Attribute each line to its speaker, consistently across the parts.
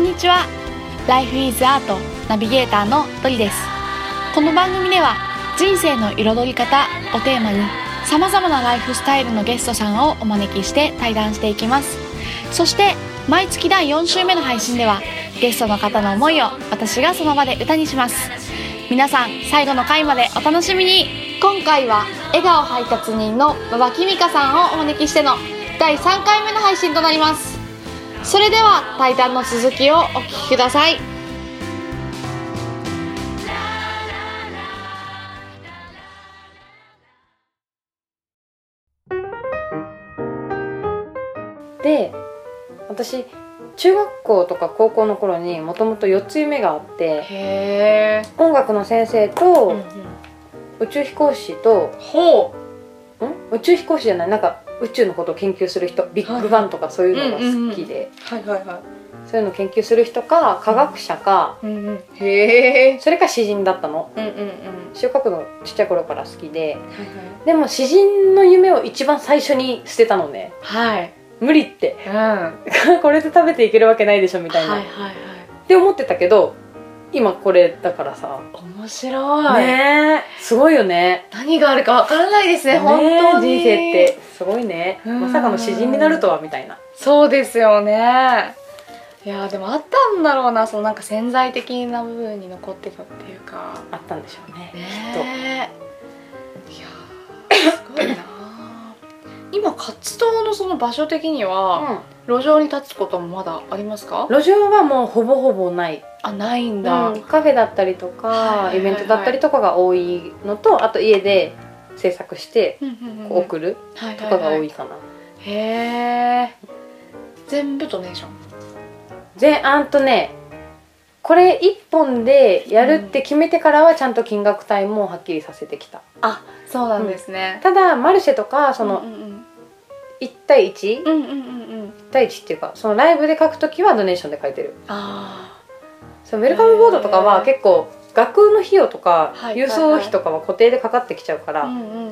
Speaker 1: にちはライフイズアートナビゲーターのドリですこの番組では人生の彩り方をテーマに様々なライフスタイルのゲストさんをお招きして対談していきますそして毎月第4週目の配信ではゲストの方の思いを私がその場で歌にします皆さん最後の回までお楽しみに今回は笑顔配達人の馬場きみかさんをお招きしての第3回目の配信となりますそれでは対談の続きをお聞きください
Speaker 2: で私中学校とか高校の頃にもともと4つ夢があって
Speaker 1: へえ
Speaker 2: 音楽の先生と宇宙飛行士と、
Speaker 1: ほ
Speaker 2: ん宇宙飛行士じゃないなんか宇宙のことを研究する人ビッグバンとかそういうのが好きで、
Speaker 1: うはいはいは
Speaker 2: そういうのを研究する人か科学者か、
Speaker 1: い、うんうん、へえ
Speaker 2: それか詩人だったの
Speaker 1: うんうんうん
Speaker 2: 詩を書くのちっちゃい頃から好きで
Speaker 1: は
Speaker 2: でも詩人の夢を一番最初に捨てたのね
Speaker 1: いはいはい
Speaker 2: 無理って
Speaker 1: うんは
Speaker 2: これで食べていけるわけないでしょみ
Speaker 1: い
Speaker 2: たいな、
Speaker 1: はいはい
Speaker 2: って思ってたけど今これだからさ
Speaker 1: 面白い、
Speaker 2: ねえすごいよね
Speaker 1: 何があるかわからないですね本当に
Speaker 2: 人生ってすごいね
Speaker 1: うん
Speaker 2: まさかの詩人になるとはみたいな
Speaker 1: そうですよねいやーでもあったんだろうなそのなんか潜在的な部分に残ってたっていうか
Speaker 2: あったんでしょうね
Speaker 1: ねえいやーすごいなー今活動のその場所的には、
Speaker 2: う
Speaker 1: 路上に立つこともまだありますか
Speaker 2: ん、路上はもうほぼほぼない、
Speaker 1: あないん
Speaker 2: う
Speaker 1: だ、
Speaker 2: んカフェだったりと
Speaker 1: はいはいは
Speaker 2: か
Speaker 1: い
Speaker 2: イベントだったりとかが多いのとあと家で制作してこう送る
Speaker 1: と
Speaker 2: とかが多いかな、
Speaker 1: へえ全部ドネーション
Speaker 2: 全あんとねこれ一本でやるって決めてからはちゃんと金額帯もはっきりさせてきた
Speaker 1: そうなんですね、
Speaker 2: ただマルシェとかそ
Speaker 1: うん
Speaker 2: の
Speaker 1: うん
Speaker 2: 1対 1?1、
Speaker 1: うんうんうんうんうん
Speaker 2: 対1っていうかそのライブで書くときはドネーションで書いてる
Speaker 1: あ
Speaker 2: そのウェルカムボードとか
Speaker 1: へー
Speaker 2: は結構学校の費用とか
Speaker 1: はい
Speaker 2: 郵送費とかは固定でかかってきちゃうから、
Speaker 1: あうんうんうん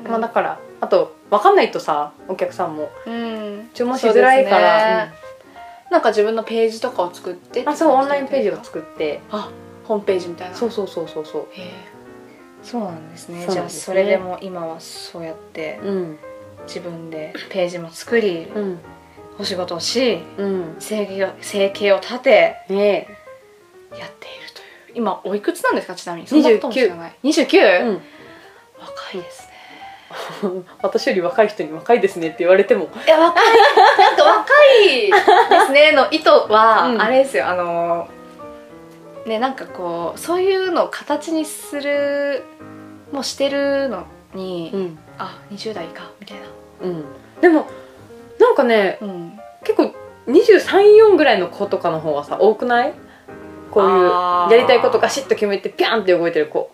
Speaker 1: うん
Speaker 2: まあ、だからあと分かんないとさお客さんも
Speaker 1: うん
Speaker 2: 注文しづらいから
Speaker 1: そうですねなんか自分のページとかを作って
Speaker 2: うんあそうオンラインページを
Speaker 1: っ
Speaker 2: 作って
Speaker 1: ホームページみたいな
Speaker 2: そうそうそうそうそ
Speaker 1: へえそうなんですね
Speaker 2: そうな
Speaker 1: じ
Speaker 2: ん
Speaker 1: ゃあ
Speaker 2: ですね
Speaker 1: それでも今はそうやって
Speaker 2: ううん
Speaker 1: 自分でページも作り
Speaker 2: うん
Speaker 1: お仕事をし
Speaker 2: うん
Speaker 1: 生計を生計を立て
Speaker 2: ね
Speaker 1: やっているという今おいくつなんですかちなみに
Speaker 2: 29
Speaker 1: そんなことも知らない
Speaker 2: え
Speaker 1: 29、
Speaker 2: うん
Speaker 1: 若いですね
Speaker 2: 私より若い人に若いですねって言われても
Speaker 1: いや若 いなんか若いですねの意図は、
Speaker 2: うん
Speaker 1: あれですよあのねなんかこうそういうのを形にするもうしてるのに、
Speaker 2: うん
Speaker 1: あ20代かみたいな
Speaker 2: うんでもなんかね
Speaker 1: うん
Speaker 2: 結構234ぐらいの子とかの方がさ多くないこういう
Speaker 1: あー
Speaker 2: やりたいことガシッと決めてピャンって動いてる子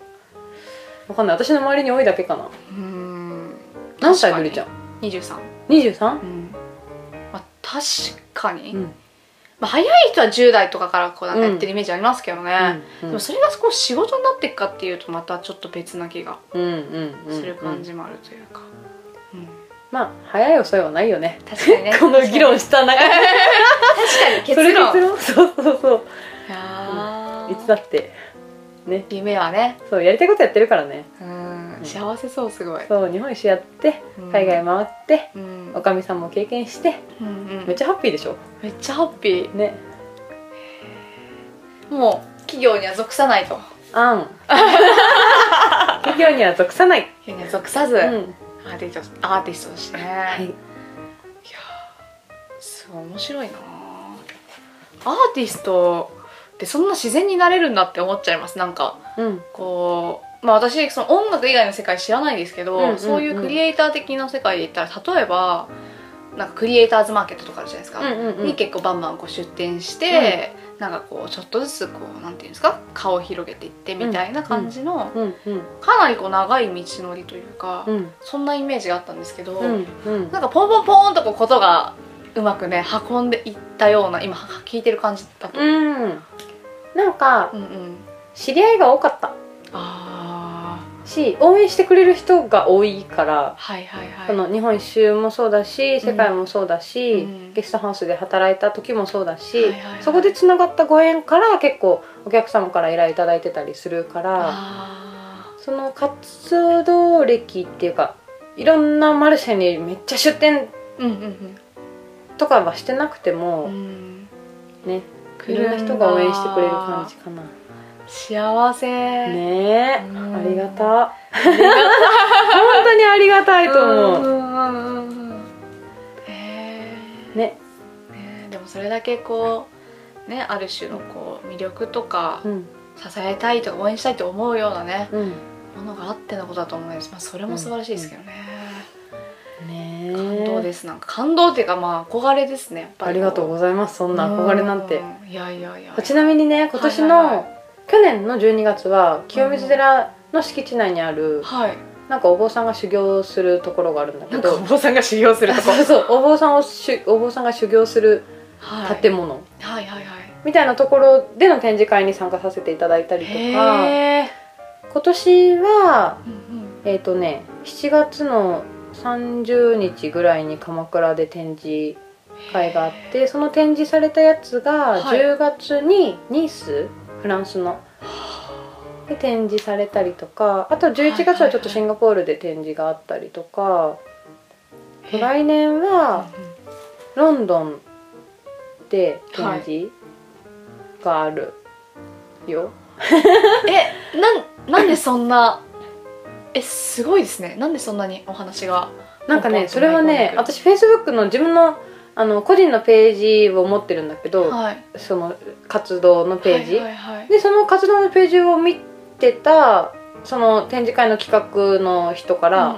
Speaker 2: わかんない私の周りに多いだけかな
Speaker 1: うーん
Speaker 2: 何歳ぐりちゃん
Speaker 1: ん23
Speaker 2: 23?
Speaker 1: うんまあ確かに、
Speaker 2: うん
Speaker 1: まあ、早い人は10代とかからこうなんかやっ
Speaker 2: う
Speaker 1: てるイメージありますけどね、
Speaker 2: うん
Speaker 1: でもそれがこう仕事になっていくかっていうとまたちょっと別な気が
Speaker 2: うんうんうん
Speaker 1: する感じもあるというか、うん
Speaker 2: まあ早い遅いはないよ ね
Speaker 1: 確かにね
Speaker 2: この議論した中で
Speaker 1: 確かに
Speaker 2: そ
Speaker 1: 結
Speaker 2: れ
Speaker 1: 論
Speaker 2: 結論 そうそうそう
Speaker 1: いやー
Speaker 2: いつだって
Speaker 1: 夢はね、
Speaker 2: そうやりたいことやってるからね
Speaker 1: うん
Speaker 2: うん
Speaker 1: 幸せそうすごい、
Speaker 2: そう日本一周やって
Speaker 1: うん
Speaker 2: 海外回って、
Speaker 1: うん
Speaker 2: おかみさんも経験して
Speaker 1: うんうん
Speaker 2: めっちゃハッピーでしょ
Speaker 1: めっちゃハッピー
Speaker 2: ね
Speaker 1: もう企業には属さないと
Speaker 2: あん企業には属さない、
Speaker 1: 企業には属さず、
Speaker 2: うん
Speaker 1: アーティストアーティストとしてね、、
Speaker 2: はいい
Speaker 1: やーすごい面白いなアーティストってそんな自然になれるんだって思っちゃいますなんか
Speaker 2: うん
Speaker 1: こうまあ私その音楽以外の世界知らないですけど、
Speaker 2: うんうんうん
Speaker 1: そういうクリエイター的な世界で言ったら例えばなんかクリエイターズマーケットとかあるじゃないですか、
Speaker 2: うんうんうん
Speaker 1: に結構バンバンこう出店して、なんかこうちょっとずつこうなんていうんですか顔を広げていってみたいな感じの、
Speaker 2: うんうん
Speaker 1: かなりこう長い道のりというか、
Speaker 2: うん
Speaker 1: そんなイメージがあったんですけど、
Speaker 2: うんうん
Speaker 1: なんかポンポンポンとこうことがうまくね運んでいったような今聞いてる感じだと、
Speaker 2: うんなんか
Speaker 1: うんうん
Speaker 2: 知り合いが多かった
Speaker 1: ああ
Speaker 2: し応援してくれる人が多いから、
Speaker 1: はいはいはい
Speaker 2: この日本一周もそうだし世界もそうだし、
Speaker 1: うん
Speaker 2: ゲストハウスで働いた時もそうだし、
Speaker 1: はいはいはい
Speaker 2: そこでつながったご縁から結構お客様から依頼いただいてたりするから
Speaker 1: あ
Speaker 2: その活動歴っていうかいろんなマルシェにめっちゃ出店
Speaker 1: ーうんうん
Speaker 2: とかはしてなくても、
Speaker 1: うんうん
Speaker 2: ねいろんな人が応援してくれる感じかな。
Speaker 1: 幸せ
Speaker 2: ねえ、
Speaker 1: うん
Speaker 2: ありが た。ありがた。本当にありがたいと思う。
Speaker 1: 思うんへえ
Speaker 2: ね、
Speaker 1: ねでもそれだけこうねある種のこう魅力とか
Speaker 2: うん、
Speaker 1: 支えたいとか応援したいと思うようなね
Speaker 2: うん。
Speaker 1: ものがあってのことだと思うんです、まあ、それも素晴らしいですけどね、
Speaker 2: ねえ
Speaker 1: 感動ですなんか感動っていうかまあ憧れですねやっぱ
Speaker 2: あ
Speaker 1: り
Speaker 2: りがとう
Speaker 1: う
Speaker 2: ございます。そんな憧れなんて。
Speaker 1: うんいやいやいや
Speaker 2: ちなみにね、今年の、
Speaker 1: はいはいは
Speaker 2: 去年の12月は清水寺の敷地内にある、
Speaker 1: はい
Speaker 2: なんかお坊さんが修行するところがあるんだけど。
Speaker 1: 坊さんが修行す
Speaker 2: あ そう そう、お坊さんをしゅお坊さんが修行する
Speaker 1: はい、
Speaker 2: 建物。
Speaker 1: はいはいは
Speaker 2: みたいなところでの展示会に参加させていただいた
Speaker 1: い
Speaker 2: りとか
Speaker 1: へえ、
Speaker 2: 今年は
Speaker 1: うんうん、
Speaker 2: えっ、とね7月の30日ぐらいに鎌倉で展示会があってその展示されたやつが
Speaker 1: はい
Speaker 2: 10月にニース、フランスので展示されたりとかあと11月はちょっとシンガポールで展示があったりとか、
Speaker 1: へえ
Speaker 2: 来年は
Speaker 1: うんうん
Speaker 2: ロンドンで展示があるよ。
Speaker 1: えなんなんでそんなえすごいですねなんでそんなにお話が
Speaker 2: なんか
Speaker 1: ポンポ
Speaker 2: ね
Speaker 1: ンと
Speaker 2: それはね
Speaker 1: 舞い込んで
Speaker 2: 私フェイスブックの自分のあの個人のページを持ってるんだけど、
Speaker 1: はい
Speaker 2: その活動のページ、
Speaker 1: はいはいはい
Speaker 2: でその活動のページを見てたその展示会の企画の人から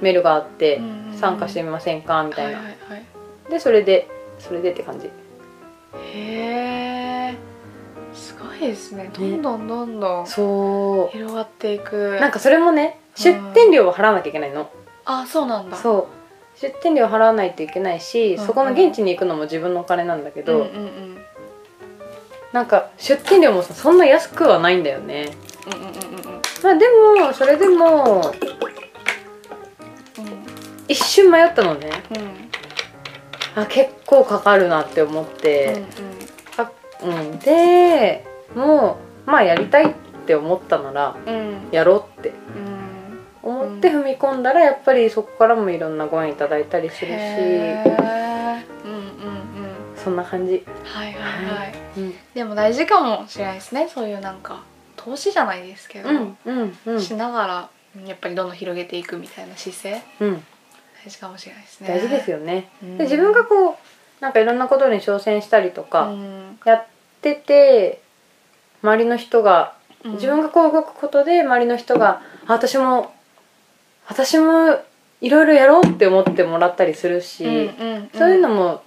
Speaker 2: メー
Speaker 1: ル
Speaker 2: ルがあって
Speaker 1: うんうん
Speaker 2: 「
Speaker 1: うん
Speaker 2: 参加してみませんか?」みたいな、
Speaker 1: はいはい
Speaker 2: でそれでそれでって感じ
Speaker 1: はい、へえすごいですねどんどんどんどん
Speaker 2: そ
Speaker 1: 広がっていく
Speaker 2: うなんかそれもね出店料を払わなきゃいけないの、
Speaker 1: あそうなんだう
Speaker 2: そう出店料払わないといけないし、
Speaker 1: うんうん
Speaker 2: そこの現地に行くのも自分のお金なんだけど、
Speaker 1: んうんうん
Speaker 2: なんか出店料もさそんな安くはないんだよね
Speaker 1: うんうんうん
Speaker 2: まあでもそれでも一瞬迷ったのね
Speaker 1: うんうんうん
Speaker 2: あ結構かかるなって思っ
Speaker 1: うん
Speaker 2: て、
Speaker 1: うん
Speaker 2: うんでもうまあやりたいって思ったなら
Speaker 1: うん
Speaker 2: やろうって
Speaker 1: うん
Speaker 2: 思って踏み込んだらやっぱりそこからもいろんなご縁いただいたりするし
Speaker 1: へえうんうんうん
Speaker 2: そんな感じ、
Speaker 1: はいはいは
Speaker 2: う
Speaker 1: い
Speaker 2: ん、
Speaker 1: でも大事かもしれないですねそういうなんか投資じゃないですけど、
Speaker 2: うんうんうん
Speaker 1: しながらうんやっぱりどんどん広げていくみたいな姿勢
Speaker 2: うん
Speaker 1: 大事かもしれないですね
Speaker 2: 大事です
Speaker 1: よ、
Speaker 2: よね
Speaker 1: うん
Speaker 2: で自分がこうなんかいろんなことに挑戦したりと
Speaker 1: う
Speaker 2: か
Speaker 1: ん
Speaker 2: やってて周りの人が
Speaker 1: うん
Speaker 2: 自分がこう動くことで周りの人があ私も私もいろいろやろうって思ってもらったりするし、
Speaker 1: うんうんん
Speaker 2: そういうのも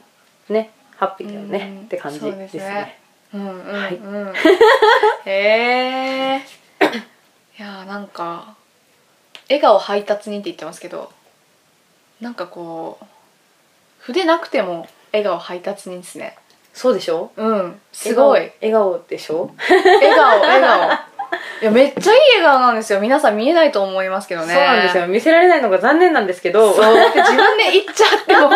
Speaker 2: ねハッピーだよね、
Speaker 1: うん
Speaker 2: って感じ
Speaker 1: そう
Speaker 2: で
Speaker 1: です
Speaker 2: す
Speaker 1: ね
Speaker 2: ね。
Speaker 1: うんうんうん、
Speaker 2: はい
Speaker 1: へえいやーなんか笑顔配達人って言ってますけどなんかこう筆なくても笑顔配達人ですね
Speaker 2: そうでしょ
Speaker 1: うんすごい
Speaker 2: 笑顔笑顔でしょ、
Speaker 1: 笑顔笑顔いやめっちゃいい笑顔なんですよ皆さん見えないと思いますけど
Speaker 2: そう
Speaker 1: ね
Speaker 2: なんですよ見せられないのが残念なんですけ
Speaker 1: そ
Speaker 2: ど
Speaker 1: うだって自分で言っちゃっても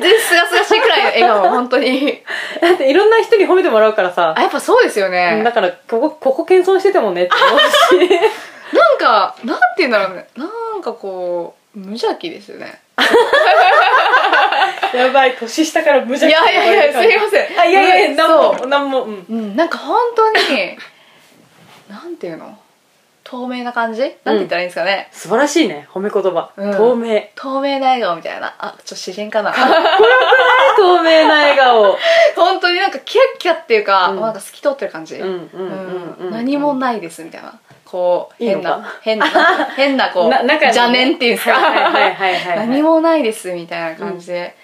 Speaker 1: 全然すがすがしいくらいの笑顔本当に
Speaker 2: だっていろんな人に褒めてもらうからさ
Speaker 1: あやっぱそうですよね
Speaker 2: だからここここ謙遜しててもねって思うし
Speaker 1: なんかなんて言うんだろうねなんかこう無邪気ですよね
Speaker 2: やばい年下から無
Speaker 1: いや
Speaker 2: 邪気
Speaker 1: いやいやすいません
Speaker 2: あいやいや
Speaker 1: そ
Speaker 2: 何
Speaker 1: う
Speaker 2: も何も、うん、
Speaker 1: うん、なんか本当になんていうの透明な感じなんて言ったらいいんですかね、
Speaker 2: 素晴らしいね褒め言葉、
Speaker 1: うん
Speaker 2: 透明
Speaker 1: 透明な笑顔みたいなあちょっと詩人 かな
Speaker 2: 透明な笑顔
Speaker 1: 本当になんかキラッキラっていうか、
Speaker 2: うん
Speaker 1: なんか透き通ってる感じ、
Speaker 2: うんうんうん、うん、
Speaker 1: 何もないですみたいなこう
Speaker 2: いいの
Speaker 1: 変
Speaker 2: か
Speaker 1: な変な変なこう
Speaker 2: な中に
Speaker 1: 邪念っていうんですか、
Speaker 2: はいはいはいはい、はい、
Speaker 1: 何もないですみたいな感じで、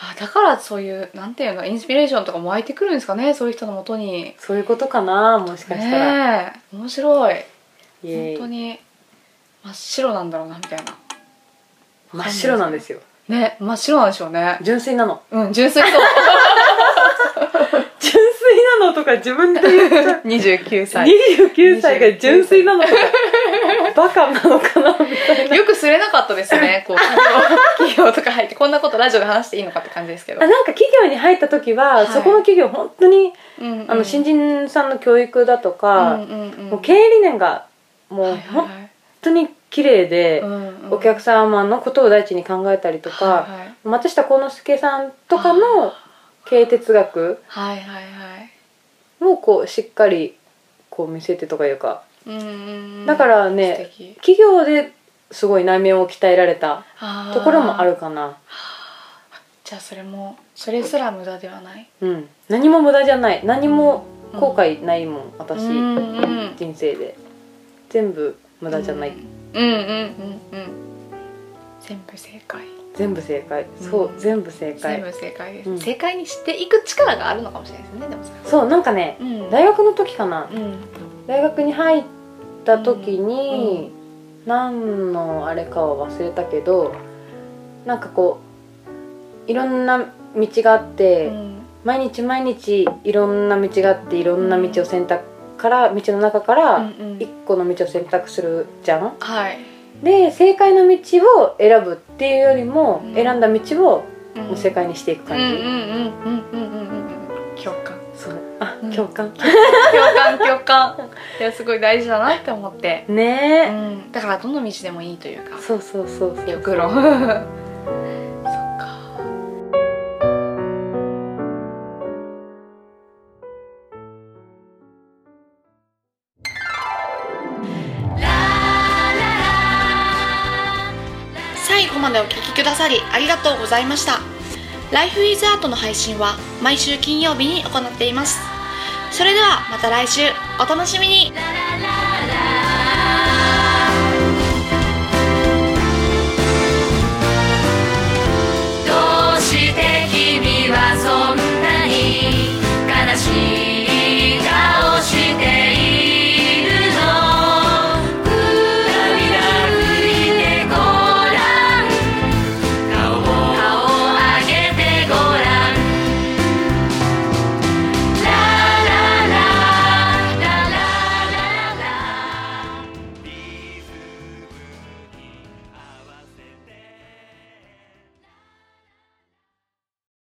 Speaker 1: あだからそういうなんていうのインスピレーションとかも湧いてくるんですかねそういう人のもとに
Speaker 2: そういうことかなもしかしたら、
Speaker 1: ねえ面白い
Speaker 2: イエー
Speaker 1: 本
Speaker 2: イ
Speaker 1: 当に真っ白なんだろうなみたいな
Speaker 2: 真っ白なんですよ
Speaker 1: ね真っ白なんでしょうね
Speaker 2: 純粋なの
Speaker 1: うん純 粋そう
Speaker 2: 純粋 なのとか自分で言っちゃう
Speaker 1: 29
Speaker 2: 29歳が純粋なのとかバカなの かなみたいな
Speaker 1: よくすれなかったですねこう企業企業とか入ってこんなことラジオで話していいのかって感じですけど
Speaker 2: あ、なんか企業に入った時は、
Speaker 1: はい
Speaker 2: そこの企業本当に
Speaker 1: うんうん
Speaker 2: あの新人さんの教育だと
Speaker 1: うん
Speaker 2: か、
Speaker 1: うんうん
Speaker 2: もう経営理念がもう
Speaker 1: はいはい
Speaker 2: 本
Speaker 1: はい
Speaker 2: 当に綺麗で、
Speaker 1: うんうん
Speaker 2: お客様のことを第一に考えたりとか、
Speaker 1: はいはい
Speaker 2: 松下幸之助さんとかの経営哲学
Speaker 1: はいはいはい
Speaker 2: もこうしっかりこう見せてとかいうか、
Speaker 1: うんうんうん
Speaker 2: だから
Speaker 1: 素
Speaker 2: ね
Speaker 1: 敵
Speaker 2: 企業ですごい内面を鍛えられた
Speaker 1: あー
Speaker 2: ところもあるかな、
Speaker 1: じゃあそれもそれすら無駄ではない
Speaker 2: うん、何も無駄じゃない何も後悔ないもん、私、
Speaker 1: うんうん
Speaker 2: 人生で全部無駄じゃない、
Speaker 1: うんうんうんうん全部正解
Speaker 2: 全部正解、
Speaker 1: うん
Speaker 2: そう全部正解
Speaker 1: 全部正解です、
Speaker 2: うん
Speaker 1: 正解にしていく力があるのかもしれないですねでもさ
Speaker 2: そうなんかね
Speaker 1: うん
Speaker 2: 大学の時かな
Speaker 1: うん
Speaker 2: 大学に入った時に、何のあれかは忘れたけどなんかこういろんな道があって、
Speaker 1: うん
Speaker 2: 毎日毎日いろんな道があっていろんな道を選択から道の中か
Speaker 1: う
Speaker 2: ら
Speaker 1: んうん
Speaker 2: 一個の道を選択するじゃん。
Speaker 1: はい
Speaker 2: で正解の道を選ぶっていうよりも、
Speaker 1: うん
Speaker 2: 選んだ道をもう正
Speaker 1: 界
Speaker 2: 解にしていく感じ。
Speaker 1: うんうんうんうんうんうんうん共感
Speaker 2: そうあ、
Speaker 1: うん
Speaker 2: 共感
Speaker 1: 共感共感いやすごい大事だなって思って、う
Speaker 2: ねえ、
Speaker 1: ん、だからどの道でもいいというか
Speaker 2: そうそうそうそう
Speaker 1: 極論そっか
Speaker 3: 最後までお聞きくださりありがとうございました「Life is Art」の配信は毎週金曜日に行っていますそれではまた来週お楽しみに
Speaker 4: la la la